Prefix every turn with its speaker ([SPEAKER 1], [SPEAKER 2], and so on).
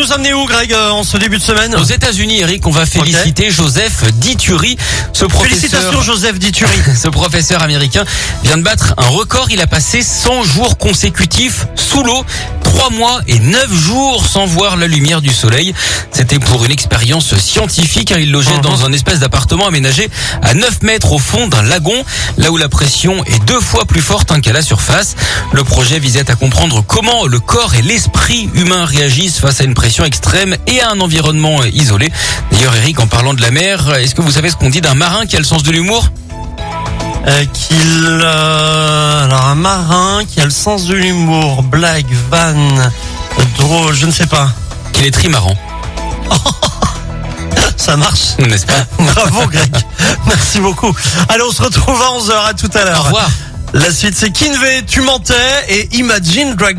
[SPEAKER 1] nous emmener où, Greg, euh, en ce début de semaine
[SPEAKER 2] Aux États-Unis, Eric, on va féliciter Joseph Dituri. Ce
[SPEAKER 1] Félicitations,
[SPEAKER 2] professeur,
[SPEAKER 1] Joseph Dituri.
[SPEAKER 2] ce professeur américain vient de battre un record. Il a passé 100 jours consécutifs sous l'eau. 3 mois et 9 jours sans voir la lumière du soleil. C'était pour une expérience scientifique. hein. Il logeait
[SPEAKER 1] Mhm.
[SPEAKER 2] dans un espèce d'appartement aménagé à 9 mètres au fond d'un lagon, là où la pression est deux fois plus forte hein, qu'à la surface. Le projet visait à comprendre comment le corps et l'esprit humain réagissent face à une pression extrême et à un environnement euh, isolé. D'ailleurs, Eric, en parlant de la mer, est-ce que vous savez ce qu'on dit d'un marin qui a le sens de l'humour
[SPEAKER 1] Euh, qu'il, euh, alors, un marin qui a le sens de l'humour, blague, vanne, drôle, je ne sais pas.
[SPEAKER 2] Qu'il est trimarrant,
[SPEAKER 1] Ça marche.
[SPEAKER 2] n'est-ce pas
[SPEAKER 1] Bravo, Greg. Merci beaucoup. Allez, on se retrouve à 11h. À tout à
[SPEAKER 2] Au
[SPEAKER 1] l'heure.
[SPEAKER 2] revoir
[SPEAKER 1] La suite, c'est Kinvey, Tu mentais et Imagine Dragon.